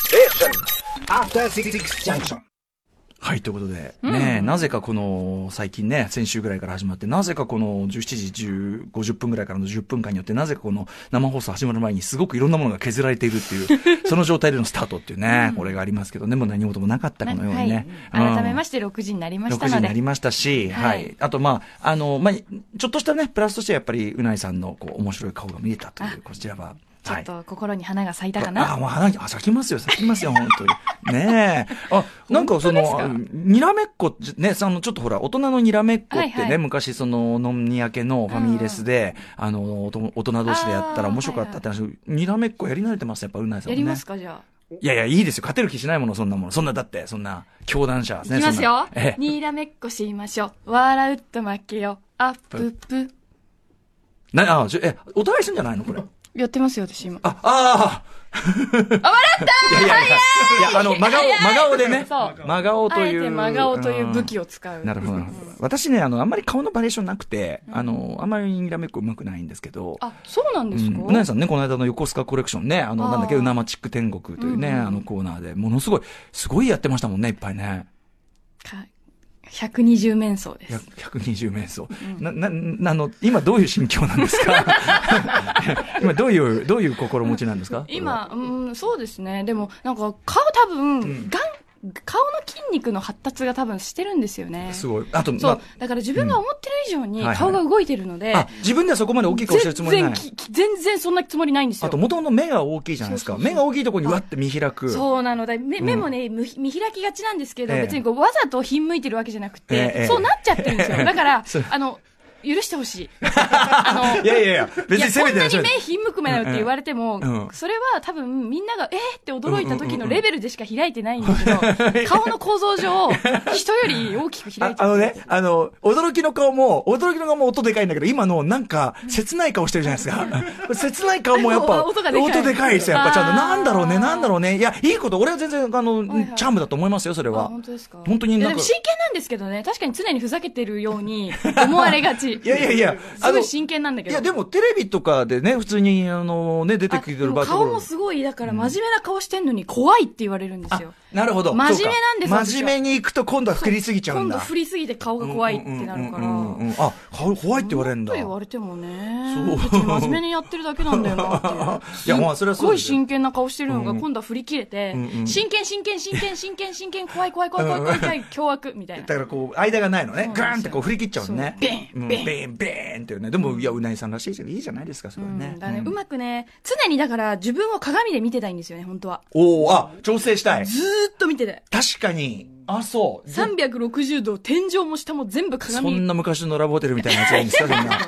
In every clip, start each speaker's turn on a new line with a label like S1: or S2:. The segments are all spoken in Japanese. S1: Station. After Six Junction.
S2: はい、ということで、ねえ、なぜかこの、最近ね、先週ぐらいから始まって、なぜかこの17時10 50分ぐらいからの10分間によって、なぜかこの生放送始まる前にすごくいろんなものが削られているって いう、その状態でのスタートっていうね、これがありますけどね、もう何事もなかったかのようにね。
S3: はい、改
S2: う
S3: め
S2: ん
S3: まして6時になりました
S2: 6時
S3: の
S2: に
S3: で。
S2: なりましたし、は、
S3: はいい
S2: あと、まあ、あの、まあ、ちょっとしたね、プラスとしてはやっぱり、うないさんの、こう、面白い顔が見えたという、こちらは。
S3: ちょ
S2: は
S3: っ
S2: い。
S3: と心に花が咲いたか
S2: ああ、
S3: な。
S2: もう花に、あ、咲きますよ、咲きますよ、本当に。 ねえ。あ、なんかその、あにらめっこ、ね、あの、ちょっとほら、大人のにらめっこってね、
S3: はいはい
S2: 昔、その、飲み明けのファミレスで、あの、おと大人同士でやったら面白かったって話、にらめっこやり慣れてます、やっぱ、うないさん
S3: や
S2: も
S3: り
S2: ね。
S3: ますか、じゃあ。
S2: いやいや、いいですよ。勝てる気しないもの、そんなもの。そんな、だって、そんな、教団者、ね。
S3: いきますよ
S2: そんなええ。
S3: にらめっこしましょう。笑うと負けよ。アップップ。
S2: な、あ、ちょ、え、お互いすんじゃないのこれ。
S3: やってますよ、私今。
S2: あ、ああ笑 ったいやいやいや、いや、あの、真顔、真顔でね。
S3: そう
S2: 真顔と
S3: あえ
S2: いう。
S3: て真顔という武
S2: を
S3: 器を使う。
S2: なるほどなるほど。私ね、あの、あんまり顔のバリエーションなくて、あの、あんまりにらめっこうまくないんですけど、
S3: あ、そうなんですか
S2: うんうなえさんね、この間の横須賀コレクションね、あの、
S3: あー
S2: なんだっけ、うなまチック天国というね、
S3: うんうん
S2: あのコーナーで、ものすごい、すごいやってましたもんね、いっぱいね。
S3: か120面相です。
S2: 百120名相。な、な、なあの、今どういう心境なんですか 今どういう、どういう心持ちなんですか
S3: 今、うん、そうですね。でも、なんか、顔多分、がん、顔の筋肉の発達が多分してるんですよね。
S2: すごい。あと、
S3: そ
S2: ま
S3: う。だから自分が思ってる以上に
S2: うんはいはい
S3: 顔が動いてるので、
S2: あ、あ、自分ではそこまで大きい顔してるつもりない
S3: 全然。き、き全然そんなつもりないんです
S2: あ
S3: よ
S2: と、。元々目が大きいじゃないですか。
S3: そうそうそう
S2: 目が大きいところにわって見開く。
S3: そうなので、目
S2: ん
S3: 目もね、む見開きがちなんですけど、
S2: ええ
S3: 別にこうわざとひんむいてるわけじゃなくて、
S2: ええええ
S3: そうなっちゃってるんで すよ。だから
S2: そう、
S3: あの、許してほし い。あの、
S2: いやいやいや、別に
S3: いや
S2: 責めてない
S3: こ
S2: 責め
S3: んなに目
S2: てない
S3: ひんむくめなよって言われて
S2: う
S3: も、
S2: ん
S3: それは多分みんなが、えー、って驚いた時のレベルでしか開いてないんだけ ど、顔の構造上、人より大きく開
S2: あ
S3: いて
S2: あ
S3: る。
S2: のね、あの、驚きの顔も、驚きの顔も音でかいんだけど、今のなんか、切ない顔してるじゃないですか。 これ切ない顔もやっぱ、
S3: あ音がでかい
S2: 音でかいですよ、やっぱちゃんと。
S3: あー
S2: なんだろうね、なんだろうね。いや、いいこと、俺は全然、あの、
S3: はいはい
S2: チャームだと思いますよ、それ
S3: あ
S2: は。
S3: 本当ですか
S2: 本当に
S3: い
S2: な
S3: や
S2: ん
S3: で
S2: か
S3: も、真剣なんですけどね、確かに常にふざけてるように思われがち。
S2: いやいやいやあ
S3: す
S2: の
S3: ごい真剣なんだけ
S2: い
S3: ど。
S2: や、でもテレビとかでね、普通に、あの、ね、出て
S3: あ、
S2: きて
S3: で
S2: る
S3: も
S2: 場合とこ
S3: 顔
S2: ろ
S3: もすごい、だから真面目な顔してんのに怖いって言われるんですよ。
S2: なるほど。
S3: 真面目なんです
S2: そうか
S3: 私
S2: 真
S3: は
S2: 面目に行くと今度は振りすぎちゃう
S3: 今
S2: ん
S3: 度
S2: だ。
S3: 振りすぎて顔が怖いってなるから。
S2: うんうんうんうんあ、顔怖いって言われるんだ
S3: と。言われてもね。
S2: そう
S3: 別に真面目にやってるだけなんだよなっていう
S2: いやまあそれは
S3: す
S2: そう
S3: ご
S2: で
S3: い
S2: すよ
S3: 真剣な顔してるのが今度は振り切れて、
S2: うんうん
S3: 真剣真剣真剣真剣真剣怖い怖い怖い怖い怖い怖い凶悪みた
S2: だ
S3: いな。
S2: からこう、間がないのね。
S3: そう
S2: ガ
S3: な
S2: ー
S3: んですよ
S2: ンってこう振り切っちゃうのね。
S3: そうビン
S2: うん
S3: ビン
S2: ビン、ビンっていうね。でも、いや、うなぎさんらしいじゃん。いいじゃないですか、それは
S3: うん
S2: ね。
S3: だからね
S2: うん
S3: うまくね、常にだから自分を鏡で見てたいんですよね、本当は。
S2: おおあ、調整したい。
S3: ずーっと見てて。
S2: 確かに。あ、そう。で
S3: 360度、天井も下も全部
S2: そ
S3: 鏡
S2: んな昔のラブホテルみたいなやつがいいんですか、 そんな。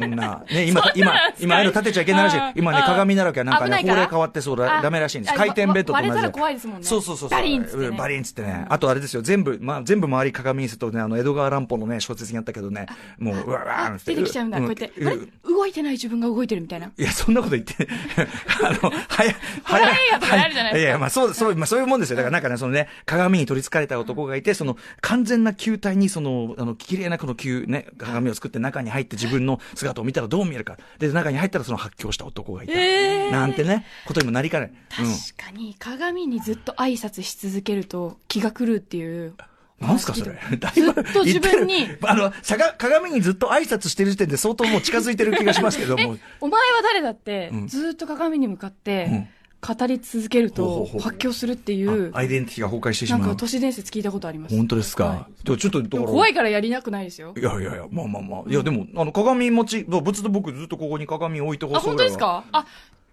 S2: そんな。ね、今、今、今、ああいうの立てちゃいけないらしい
S3: あ。ー
S2: 今ね、
S3: あー
S2: 鏡ならきゃなんかね、
S3: 危ない
S2: 法
S3: から
S2: 令変わってそうだ、
S3: あ
S2: ダメらしいんです。
S3: あ
S2: 回転ベッドと同じで。
S3: 割れたら怖いですもんね
S2: そうそうそうそう。
S3: バリンっつってね
S2: バリンっつってね。あとあれですよ、全部、まあ、全部周り鏡にするとね、あの、江戸川乱歩のね、小説にあったけどね、もう、うわーんっ
S3: 出てきちゃうんだ、こうやって。あれ動いてない自分が動いてるみたいな。
S2: いや、そんなこと言って、 あの、早い、
S3: ホラー
S2: 早
S3: 映画とかであるじゃないですか
S2: いやいや、まあそう、そう、まあそういうもんですよ。だからなんかね、そのね、鏡に取り憑かれた男がいて、その、完全な球体に、その、あの、綺麗なこの球、ね、鏡を作って中に入って自分の姿を見たらどう見えるか。で、中に入ったらその発狂した男がいた。
S3: えー
S2: なんてね、ことにもなりかね。うん。
S3: 確かに、鏡にずっと挨拶し続けると気が狂うっていう。
S2: なんすかそれ。だい
S3: ず
S2: ぶ
S3: っと自分に
S2: 言ってるあの、さが、鏡にずっと挨拶してる時点で相当もう近づいてる気がしますけども。
S3: お前は誰だって、
S2: ん
S3: ずっと鏡に向かって、語り続ける
S2: ほうほう
S3: と
S2: ほう
S3: 発狂するっていう
S2: あ、アイデンティティが崩壊してし
S3: なん
S2: ま
S3: か
S2: う。
S3: 都市伝説聞いたことあります。
S2: 本当ですか。
S3: は
S2: でもちょっと、だか
S3: で
S2: ら
S3: も怖いからやりなくないですよ。
S2: いやいやいや、まあまあまあ。いや、でも、あの、鏡持ち、ぶつと僕ずっとここに鏡置いてほしい。
S3: あ、本当ですかあ、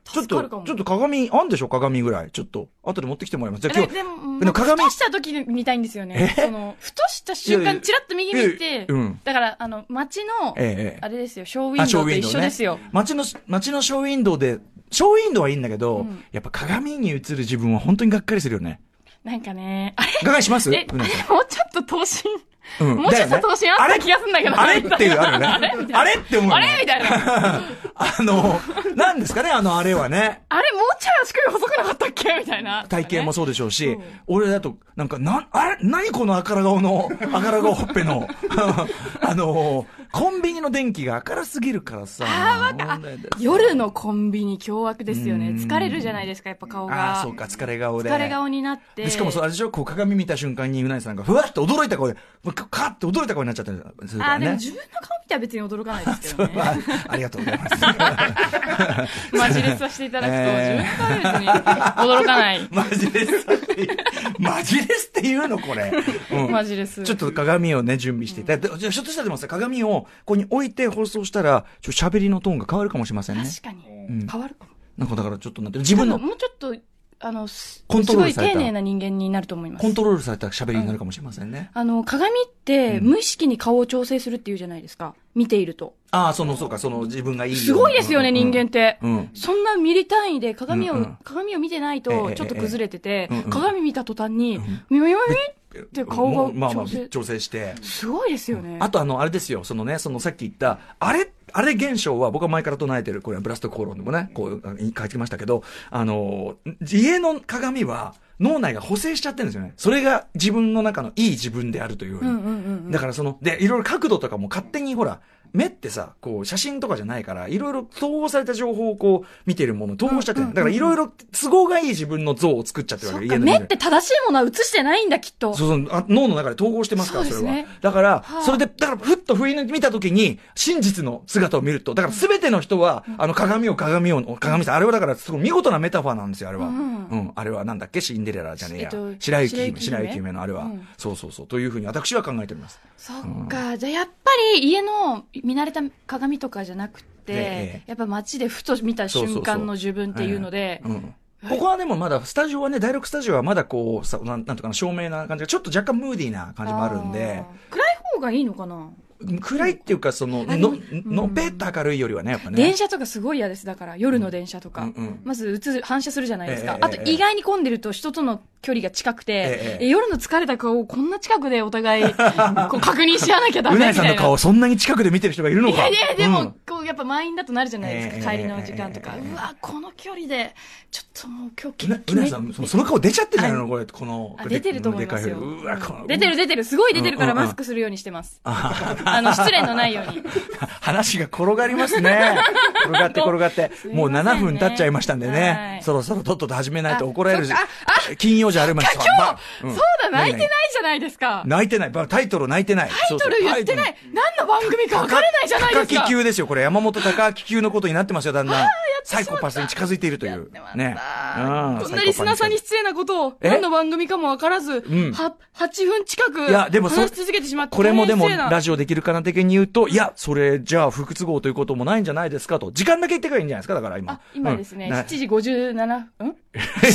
S2: ちょっ
S3: 助か
S2: と、
S3: るかも。
S2: ちょっと鏡、あんでしょ鏡ぐらい。ちょっと、後で持ってきてもらいます。じゃあ今
S3: えでも、うん
S2: でも鏡
S3: ふとした時に見たいんですよね。その、ふとした瞬
S2: いやいや
S3: 間、ちらっと右見
S2: いやいや
S3: て
S2: うん、
S3: だから、あの、街の、
S2: ええ
S3: あれですよ、ショーウ
S2: 日、
S3: ィンドウと一緒ですよ。
S2: 街の、街のショーウィンドウで、ショーウィンドウはいいんだけど、
S3: うん
S2: やっぱ鏡に映る自分は本当にがっかりするよね。
S3: なんかね、あれ
S2: がっかりします
S3: え、あれ
S2: うなぎさん
S3: もうちょっと等身
S2: うん
S3: もうちょっと等身あった気がすんだけどね
S2: あれっていうあるね。
S3: あ
S2: あ
S3: れ
S2: れ
S3: みたいな
S2: って思うよ
S3: あ
S2: ね
S3: れみたい な。
S2: あの、なんですかね、あのあれはね。
S3: あれもうちょい足首細くなかったっけみたいな。
S2: 体型もそうでしょうし、
S3: ん
S2: 俺だと、なんか、なん、あれ何この赤ら顔 の、赤ら顔ほっぺの。 あの、コンビニの電気が明るすぎるからさ。
S3: あー、わ
S2: 問
S3: か
S2: 題
S3: っ
S2: だ
S3: た。夜のコンビニ凶悪ですよね。
S2: うん
S3: 疲れるじゃないですか、やっぱ顔
S2: あ
S3: が。
S2: ーそうか、疲れ顔で。
S3: 疲れ顔になって。
S2: でしかもそう、あれでしょこう鏡見た瞬間にうなぎさんが、ふわっと驚いた顔で、かかって驚いた顔になっちゃったりするか
S3: あ
S2: ら
S3: ー、でも
S2: ね。
S3: 自分の顔見たら別に驚かないですけどね。
S2: あ ありがとうございます。
S3: マジレスさせていただくと、
S2: えー
S3: 自分の顔見たら別に驚かない。
S2: マジレスって、マジレスって言うのこれ。うん
S3: マジレス。
S2: ちょっと鏡をね、準備していただいて、じゃあひょっとしたらでもさ、鏡をここに置いて放送したら、ちょっと喋りのトーンが変わるかもしれませんね。
S3: 確かに。
S2: うん
S3: 変わるかも。
S2: なんかだからちょっとなんて、自分の
S3: 多分もうちょっと、あの、す
S2: コントロ
S3: す
S2: ー
S3: ご
S2: ル
S3: い
S2: された
S3: 丁寧な人間になると思います
S2: コン。トロールされた喋りになるかもしれませんね。
S3: あの、鏡って無意識に顔を調整するっていうじゃないですか。見ていると。
S2: ああ、その、そうか、その自分がいいように。
S3: すごいですよね、
S2: うん
S3: 人間って。
S2: うん。
S3: そんなミリ単位で鏡を、
S2: うんうん
S3: 鏡を見てない
S2: え
S3: と
S2: え
S3: ちょっと崩れてて、
S2: ええうんうん
S3: 鏡見た途端に、
S2: ん
S3: みみみみって顔
S2: ま
S3: が
S2: あま
S3: 調
S2: あ
S3: 整、、
S2: 調整して。
S3: すごいですよね。
S2: あとあの、あれですよ、そのね、そのさっき言った、あれ、あれ現象は僕は前から唱えてる、これはブラスト口論でもね、こうあ書いてきましたけど、あの、家の鏡は脳内が補正しちゃってるんですよね。それが自分の中のいい自分であるというように。
S3: うんうんうんうん
S2: だからその、で、いろいろ角度とかも勝手にほら、目ってさ、こう、写真とかじゃないから、いろいろ統合された情報をこう、見てるもの、統合しちゃってる。だからいろいろ都合がいい自分の像を作っちゃってるわ
S3: そ
S2: け、
S3: っか、
S2: の
S3: 目
S2: 中
S3: っ
S2: で
S3: て正しいものは映してないんだ、きっと。
S2: そうそうあ脳の中で統合してますから、
S3: そう
S2: そ
S3: です
S2: れ
S3: ね
S2: は。だから、
S3: はあ
S2: それで、だから、ふっと不意に見たときに、真実の姿を見ると、だから全ての人は、あの、鏡を鏡を、鏡さん、あれはだから、すごい見事なメタファーなんですよ、あれは。
S3: う
S2: うんん。あれはなんだっけシンデレラじゃねえや。
S3: えっと
S2: 白雪姫、
S3: 白
S2: 白
S3: 雪
S2: 雪
S3: 姫
S2: 姫のあれは、
S3: うん
S2: そうそうそう。というふうに私は考えております。
S3: そっか、じゃあやっぱり家の見慣れた鏡とかじゃなくて、
S2: ええ
S3: やっぱ街でふと見た瞬間の自分っていうので、
S2: うん。ここはでもまだ、スタジオはね、第6スタジオはまだこう、さなんなんとかな、照明な感じが、ちょっと若干ムーディーな感じもあるんで
S3: あ、ー暗い方がいいのかな、
S2: 暗いっていうか、その、
S3: あ
S2: の、
S3: うん
S2: のぺっと明るいよりはね、やっぱね。
S3: 電車とかすごい嫌です。だから、夜の電車とか。
S2: うんうん
S3: まず映る、反射するじゃないですか。
S2: ええ
S3: あと、意外に混んでると人との距離が近くて
S2: え、え
S3: え夜の疲れた顔をこんな近くでお互い、こう確認し合わなきゃダメ
S2: うないい
S3: みたな。
S2: さんの顔、そんなに近くで見てる人がいるの
S3: いや
S2: か。
S3: いや、でも、
S2: うん
S3: こう、やっぱ満員だとなるじゃないですか。
S2: ええ
S3: 帰りの時間とか。
S2: ええ
S3: うわ、この距離で、ちょっともう今日
S2: うなう
S3: 決め、
S2: なぎさん、そのその顔出ちゃってんじゃないのこれ、この。
S3: あ出てると思いますよ。
S2: でかいようわ、この。
S3: 出てる出てる、すごい出てるから
S2: うんうんうん
S3: マスクするようにしてます。
S2: あ
S3: あの、失礼のないように。
S2: 話が転がります ね。転がって転がって。
S3: いませんね
S2: もう7分経っちゃいましたんで
S3: は
S2: ね
S3: い。
S2: そろそろとっとと始めないと怒られるし
S3: あそっか。
S2: 金曜じゃあるまいし。今
S3: そうだ、泣いてないじゃないですか。
S2: 泣いてない。ばタイトル泣いてない。
S3: タイトル言ってない。何の番組か分からないじゃないです
S2: 高
S3: か。
S2: 木級ですよ。これ山本高木級のことになってますよ、だんだん。
S3: てし
S2: サ
S3: まった
S2: イコパスに近づいているという。ね。う
S3: こんなリスナーさんに失礼なことを、
S2: え
S3: 何の番組かも分からず、
S2: ん
S3: は8分近く
S2: いやでもそ
S3: 話し続けてしまって、
S2: これもでも、
S3: 大変失礼な
S2: ラジオできるかな的に言うと、いや、それ、じゃあ、不都合ということもないんじゃないですかと。時間だけ言ってくればいいんじゃないですか、だから今。
S3: あ今ですね、
S2: うんな
S3: 7時57分、ん
S2: じ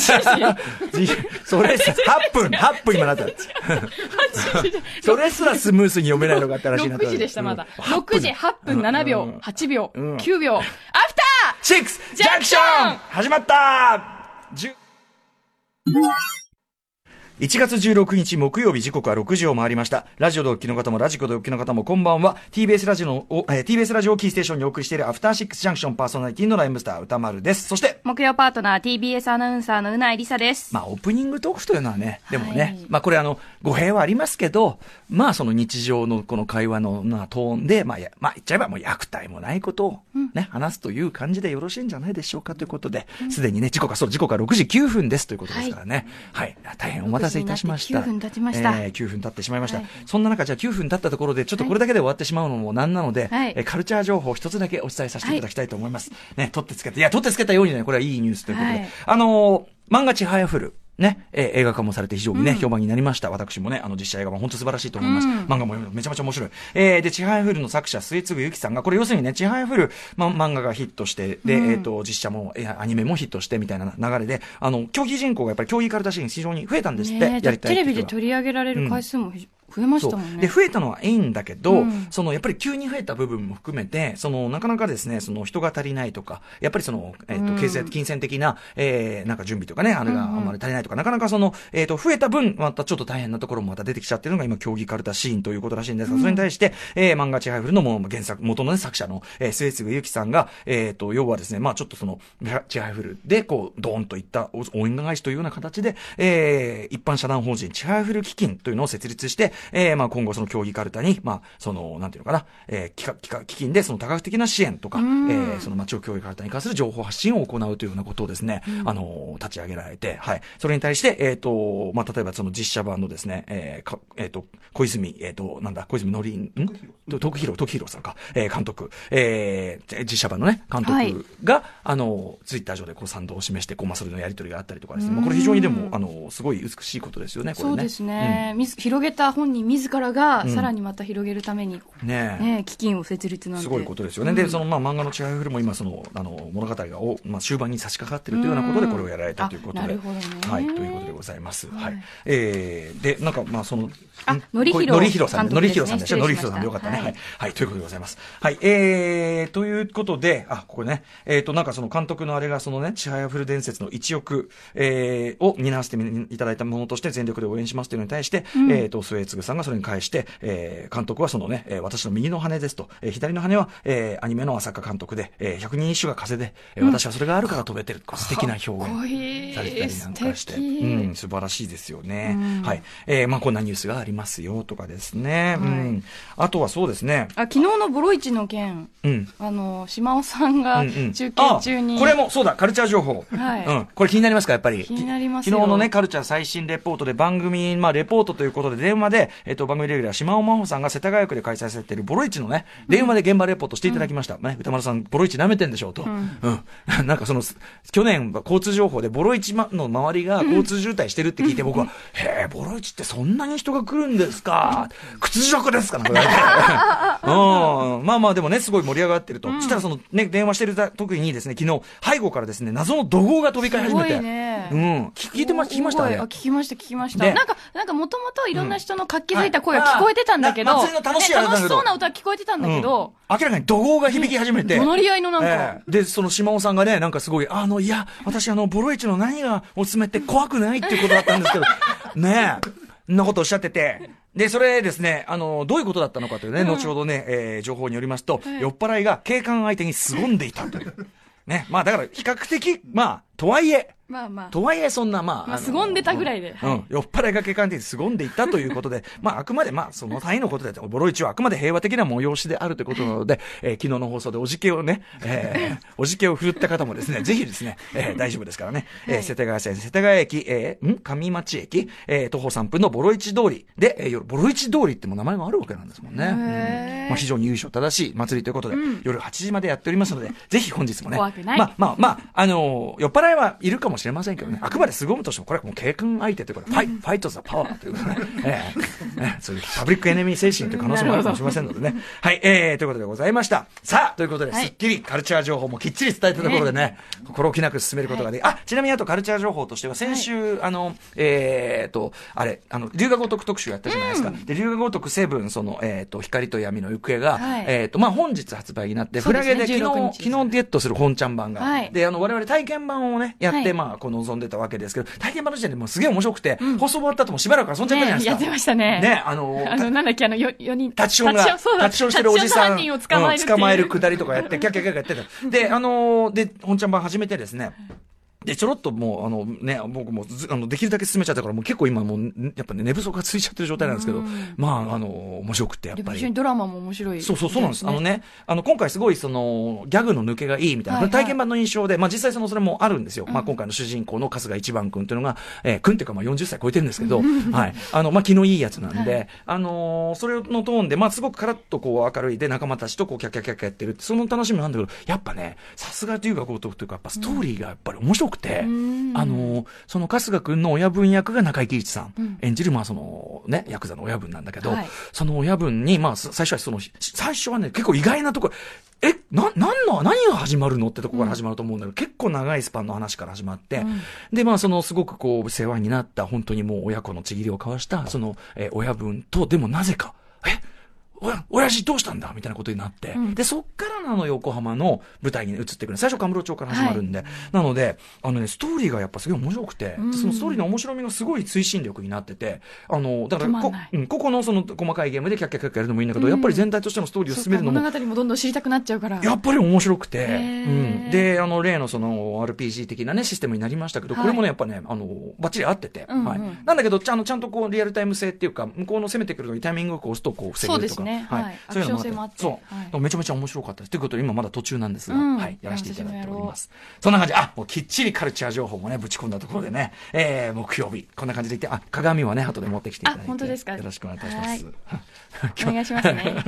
S2: それ、8分、8分今 なった。
S3: ?8 時で、
S2: それすらスムースに読めないのがあったらしいなと。
S3: 6時でした、まだ。
S2: うん
S3: 6時8分7秒、
S2: うん
S3: 8秒、
S2: うん
S3: 9秒、アフター
S2: シックスジャンクション始まった10 1月16日木曜日時刻は6時を回りました。ラジオでお聞きの方もラジコでお聞きの方もこんばんは。TBS ラジオのを、えー TBS ラジオをキーステーションにお送りしているアフターシックスジャンクションパーソナリティのライムスター歌丸です。そして、
S3: 木曜パートナー TBS アナウンサーのうないりさです。
S2: まあ、オープニングトークというのはね、でもね、
S3: はい
S2: まあ、これ、あの、語弊はありますけど、まあ、その日常のこの会話の、まあ、トーンで、まあ、やまあ、言っちゃえば、もう、悪態もないことをね、話すという感じでよろしいんじゃないでしょうかということで、す、で、にね、時刻が、そう、時刻が6時9分ですということですからね、はい、大変お待たせいたしました。
S3: 6時になって9分経ちました
S2: えー9分経ってしまいました。
S3: はい
S2: そんな中、じゃあ9分経ったところで、ちょっとこれだけで終わってしまうのもなんなので、
S3: はい
S2: えーカルチャー情報を一つだけお伝えさせていただきたいと思います。ね、取ってつけて、いや、取ってつけたようにね、これはいいニュースということで、
S3: はい
S2: あのー漫画ちはやふる。ね、えー映画化もされて非常にね、評判になりました。私もね、あの、実写映画も本当素晴らしいと思います。
S3: うん
S2: 漫画もめちゃめちゃ面白い。えーで、ちはやふるの作者、末次ゆきさんが、これ要するにね、ちはやふる、ま、漫画がヒットして、で、えっ、と、実写も、えーアニメもヒットしてみたいな流れで、あの、競技人口がやっぱり競技カルタシーン非常に増えたんですって、
S3: ねえ
S2: やりたい
S3: テレ
S2: って
S3: ビ
S2: 人
S3: で
S2: が
S3: 取り上げられる回数もひ、増えまし
S2: そ
S3: た
S2: う
S3: もん
S2: で、
S3: ね。
S2: 増えたのはいいんだけど、
S3: うん
S2: その、やっぱり急に増えた部分も含めて、その、なかなかですね、その、人が足りないとか、やっぱりその、えっ、
S3: うん
S2: と、経済、金銭的な、えー、なんか準備とかね、あれがあ
S3: うんうん
S2: んまり足りないとか、なかなかその、えっ、と、増えた分、またちょっと大変なところもまた出てきちゃってるのが今、競技カルタシーンということらしいんですが、それに対して、えー、漫画チハイフルのもう原作、元のね、作者の、えー、末次ゆきさんが、えっ、と、要はですね、まあちょっとその、チハイフルで、こう、ドーンといったお応援返しというような形で、えー、一般社団法人チハイフル基金というのを設立して、えー、まあ今後その競技カルタに、まあその、なんていうのかな、えー、企画、企画、基金でその多角的な支援とか、え
S3: うん
S2: ー、その町を競技カルタに関する情報発信を行うというようなことをですね、あのー、立ち上げられて、はい。それに対して、えっ、と、まあ例えばその実写版のですね、えー、か、えっ、と、小泉、えっ、と、なんだ、小泉のりん、ん徳弘、徳弘さんか、えー、監督、えー、実写版のね、監督、
S3: はい
S2: が、あの、ツイッター上でこう賛同を示して、こう、まあ、それのやり取りがあったりとかですね。まあ、これ非常にでも、あの、すごい美しいことですよね、これ
S3: そ
S2: ね。
S3: うですね、みず広げた本人自らが、
S2: ん
S3: さらにまた広げるために、
S2: うん。ねえ。
S3: ね、基金を設立なんて。
S2: すごいことですよね。で、その、まあ、漫画のチハイフルも今、その、あの、物語が、お、まあ、終盤に差し掛かってるというようなことで、
S3: うん
S2: これをやられたということで。
S3: あなるほどね
S2: はい、ということでございます。は
S3: はいい。
S2: えー、で、なんか、まあ、その、
S3: あ
S2: ん
S3: のりひろ
S2: のりひろさん、
S3: 監
S2: の
S3: 督
S2: り
S3: です
S2: ひろさ
S3: ね
S2: んでした。の
S3: 失
S2: り
S3: 礼
S2: ひ
S3: し
S2: ろ
S3: ました
S2: さんでよかったね。
S3: はい
S2: はい。はい、ということでございます。はい、えー、ということで、あ、ここね、えっ、と、なんかその監督のあれが、そのね、ちはやふる伝説の一億、えー、を担わせていただいたものとして全力で応援しますというのに対して、えっ、と、末次さんがそれに返して、えー、監督はそのね、えー私の右の羽ですと、えー左の羽は、えー、アニメの浅香監督で、えー、百人一首が風で、えー私はそれがあるから飛べてる、こう素敵な表現。
S3: かっこいい
S2: されてたりなんかして。
S3: 素敵
S2: うん、素晴らしいですよね。
S3: うん
S2: はい。えー、まあこんなニュースがありますよ、とかですね。う
S3: は
S2: ん。あとはそうですね。
S3: あ昨日のボロ市の件、
S2: うん。
S3: あの島尾さん
S2: う
S3: が
S2: んうん
S3: 中継中に、
S2: あこれも、そうだ、カルチャー情報。
S3: はい
S2: うん。これ気になりますか、やっぱり。
S3: 気になりますよ
S2: 昨日のね、カルチャー最新レポートで番組、まあ、レポートということで、電話で、えっと、番組レギュラー、島尾真帆さんが世田谷区で開催されているボロイチのね、電話で現場レポートしていただきました。ね、歌丸さん、ボロイチ舐めてんでしょうと。うん。なん かその、去年は交通情報で、ボロイチまの周りが交通渋滞してるって聞いて、僕は、へえ、ボロイチってそんなに人が来るんですか。屈辱ですかなんか言われて。うん、まあまあでもね、すごい盛り上がってると。そしたらそのね、電話してるた時にですね、昨日、背後からですね、謎の怒号が飛び交い始めて。
S3: すごいね
S2: うん。聞聞いてま、聞きました
S3: お
S2: あ
S3: お
S2: れ
S3: あ聞きました聞きまし
S2: ね
S3: たなんかなんかもともといろんな人の活気づいた声が聞こえてたんだけど、
S2: はいはいあ祭りの楽しい
S3: ね
S2: あれなんだ
S3: 楽
S2: けど
S3: しそうな歌は聞こえてたんだけど、
S2: うん明らかに怒号が響き始めて。
S3: ね怒鳴り合いのなんか
S2: えで、その島尾さんがね、なんかすごい、あの、いや、私あの、ボロイチの何がおすすめって怖くないっていうことだったん ですけど、ねえ、んなことおっしゃってて。で、それですね、あの、どういうことだったのかというね、後ほどね、えー情報によりますと、酔っ払いが警官相手に凄んでいたという。ね、まあだから比較的、まあ、とはいえ、
S3: まあまあ
S2: とはいえ、そんな、まあ、
S3: まあ
S2: の
S3: 凄んでたぐらいで
S2: うんうん酔っ払いが警官で凄んでいったということで、まあ、あくまで、まあ、その単位のことで、ボロ市はあくまで平和的な催しであるということなので、 えー昨日の放送でおじけをね、え ーおじけを振るった方もですね、ぜひですね、えー大丈夫ですからね、えー世田谷線、世田谷駅、えーん上町駅、えー徒歩3分のボロ市通りで、えー夜ボロ市通りってもう名前があるわけなんですもんね。
S3: へー
S2: うんまあ、非常に優勝正しい祭りということで、夜8時までやっておりますので、ぜひ本日もね、
S3: 怖くない
S2: まあまあまあ、あのー酔っ払いはいるかもしれませんけどね、あくまで凄むとしても、これはもう警官相手ということで、ファイファイトザパワーということで、ねええええそういうパブリックエネミー精神という可能性もあるかもしれませんので ね。はい、えー、ということでございました。さあ、ということで、
S3: はい
S2: すっきりカルチャー情報もきっちり伝えたところでね、心置きなく進めることができ、あ、ちなみにあとカルチャー情報としては、先週、あの、えーと、あれ、あの、留学ごとく特集やったじゃないですか。で、留学ごとくセブン、その、えーと、光と闇の行方が、
S3: はい
S2: えーと、まあ、本日発売になって、
S3: そう
S2: フ
S3: で
S2: ラ
S3: す
S2: ゲ
S3: ね
S2: で昨日、
S3: 16日
S2: 昨日ゲットする本ちゃん版が、
S3: はい
S2: で、あの、我々体験版をね、やって、
S3: はい
S2: まあ、こう、望んでたわけですけど、体験版の時点でもうすげえ面白くて、放送終わった後もしばらく遊んじゃったじゃないです
S3: ね
S2: か。
S3: やってましたね
S2: ね、あの、
S3: あのなんだっけあのよ四人
S2: タッチションが、
S3: タッチションそうだ
S2: タッチションしてるおじさん、
S3: タッチション犯人を捕まえるって
S2: う
S3: いう
S2: ん捕まえるくだりとかやって、キャッキャッキャッキャやってた。で、あのーで、本ちゃん版始めてですね、で、ちょろっともう、あのね、僕もず、あの、できるだけ進めちゃったから、もう結構今もう、んやっぱね、寝不足がついちゃってる状態なんですけど、まあ、あのー面白くて、やっ
S3: でも
S2: ぱ
S3: 非常
S2: り
S3: に。ドラマも面白い
S2: そうそうそうなんです。あのね、あの、今回すごいその、ギャグの抜けがいいみたいな、
S3: はいはい
S2: これ体験版の印象で、まあ実際その、それもあるんですよ。まあ今回の主人公の春日一番くんっていうのが、えー、くんっていうかまあ40歳超えてるんですけど、はい。あの、まあ気のいいやつなんで、あのーそれのトーンで、まあすごくカラッとこう明るいで仲間たちとこうキャッキャッキャッキャやってるって、その楽しみなんだけど、やっぱね、さすがというか、こうというか、やっぱストーリーがやっぱり面白くて、
S3: うん
S2: あの、その春日くんの親分役が中井貴一さん、
S3: うん
S2: 演じる、まあそのね、ヤクザの親分なんだけど、
S3: はい
S2: その親分に、まあさ最初はその、し最初はね、結構意外なところ、え、な、なんの、何が始まるのってとこから始まると思うんだけど、結構長いスパンの話から始まって、
S3: うん
S2: で、まあその、すごくこう、世話になった、本当にもう親子のちぎりを交わした、その、えー親分と、でもなぜか、えおや、親父どうしたんだみたいなことになって、
S3: うん
S2: で、そっからなの横浜の舞台に移ってくる。最初、神室町から始まるんで、なので、あのね、ストーリーがやっぱすごい面白くて、
S3: うん
S2: そのストーリーの面白みがすごい推進力になってて、あの、だから
S3: 止まん
S2: こ
S3: ない、
S2: うんここのその細かいゲームでキャッキャッキャッキャやるのもいいんだけど、
S3: うん
S2: やっぱり全体としてのストーリーを
S3: そう
S2: 進め
S3: か
S2: るのも
S3: 物語もどんどん知りたくなっちゃうから。
S2: やっぱり面白くて、う
S3: ー
S2: ん、であの例のその RPG 的な、ね、システムになりましたけど、
S3: はい
S2: これもね、やっぱね、あのばっちり合ってて、
S3: うんうん
S2: はい、なんだけどちゃんとちゃんとこうリアルタイム性っていうか、向こうの攻めてくるのにタイミングをこう押すとこう防げるとか、
S3: そうですねはい
S2: そういうのも
S3: ア
S2: あっ
S3: ク
S2: て、
S3: ション性
S2: そ
S3: もあって
S2: う、
S3: はい
S2: でもめちゃめちゃ面白かったです。ということで、今まだ途中なんですが、
S3: うん
S2: はい、やらせていただいております。そんな感じ、あもうきっちりカルチャー情報もね、ぶち込んだところでね、えー、木曜日、こんな感じでいって、あ鏡はね、後で持ってきていただいて、
S3: あ本当ですか
S2: よろしくお願いいたします。
S3: お願いしますね。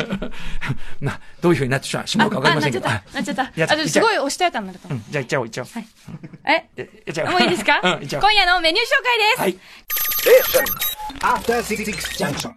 S2: などういうふうに なってしまうかわかりませんけど。
S3: ああなっちゃった。なっち
S2: やっち
S3: ゃっ
S2: ゃ
S3: た。あ、
S2: う
S3: でもすごいおしとやかになると思う。
S2: じゃあ、いっちゃおう、いっちゃおう。
S3: え
S2: え いっちゃお
S3: もういいですか
S2: うん、いっちゃおう。
S3: 今夜のメニュー紹介です。
S2: はい。
S1: After Six Junction.